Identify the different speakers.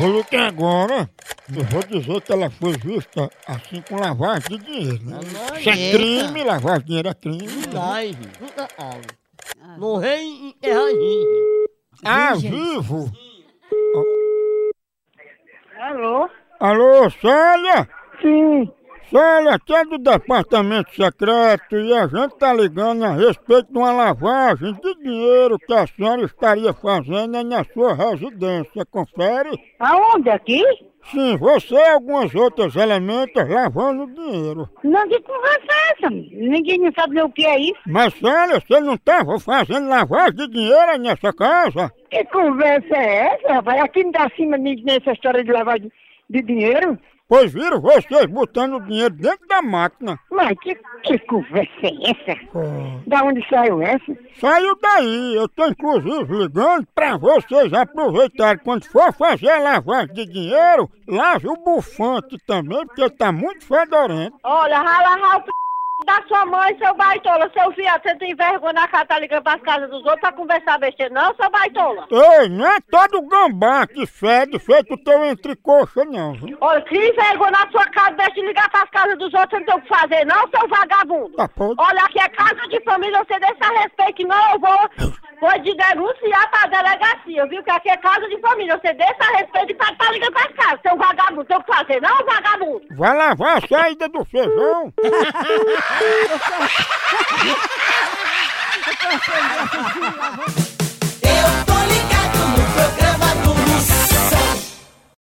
Speaker 1: Volutem agora. Eu vou dizer que ela foi justa assim com lavagem de dinheiro. Né?
Speaker 2: Ah,
Speaker 1: Isso é
Speaker 2: lógico.
Speaker 1: crime, lavar dinheiro é crime.
Speaker 2: Dai, nunca ai. Morrer em errar
Speaker 1: A vivo.
Speaker 3: Alô?
Speaker 1: Alô, Célia?
Speaker 3: Sim.
Speaker 1: Célia, aqui é do Departamento Secreto e a gente tá ligando a respeito de uma lavagem de dinheiro que a senhora estaria fazendo aí na sua residência. Confere?
Speaker 3: Aonde? Aqui?
Speaker 1: Sim, você e algumas outras elementas lavando dinheiro.
Speaker 3: Não, que conversa é essa? Ninguém não sabe nem o que é isso.
Speaker 1: Mas Célia, você não estava fazendo lavagem de dinheiro aí nessa casa?
Speaker 3: Que conversa é essa, rapaz? Aqui não dá cima nem nessa história de lavagem de dinheiro.
Speaker 1: Pois viram vocês botando o dinheiro dentro da máquina.
Speaker 3: Mas que, que conversa é essa? Da onde saiu essa?
Speaker 1: Saiu daí, eu tô inclusive ligando pra vocês aproveitarem quando for fazer a lavagem de dinheiro, lave o bufante também, porque tá muito fedorento.
Speaker 4: Olha, rala, rala o p... da sua mãe, seu baitola, seu viado, você tem vergonha na cara, tá ligando pras casas dos outros pra conversar besteira, não, seu baitola?
Speaker 1: Ei, não é todo gambá que fede feito teu entrecoxa não, viu?
Speaker 4: Olha, cria vergonha na sua casa, deixa de ligar pras casas dos outros, você não tem o que fazer, não, seu vagabundo?
Speaker 1: Tá podre.
Speaker 4: Olha, aqui é casa de família, você deixa respeito, que não, eu vou, vou de denunciar pra delegacia, viu? Que aqui é casa de família, você deixa respeito pra tá ligando pras casas, seu vagabundo, tem o que fazer, não, vagabundo?
Speaker 1: Vai lavar a saída do feijão.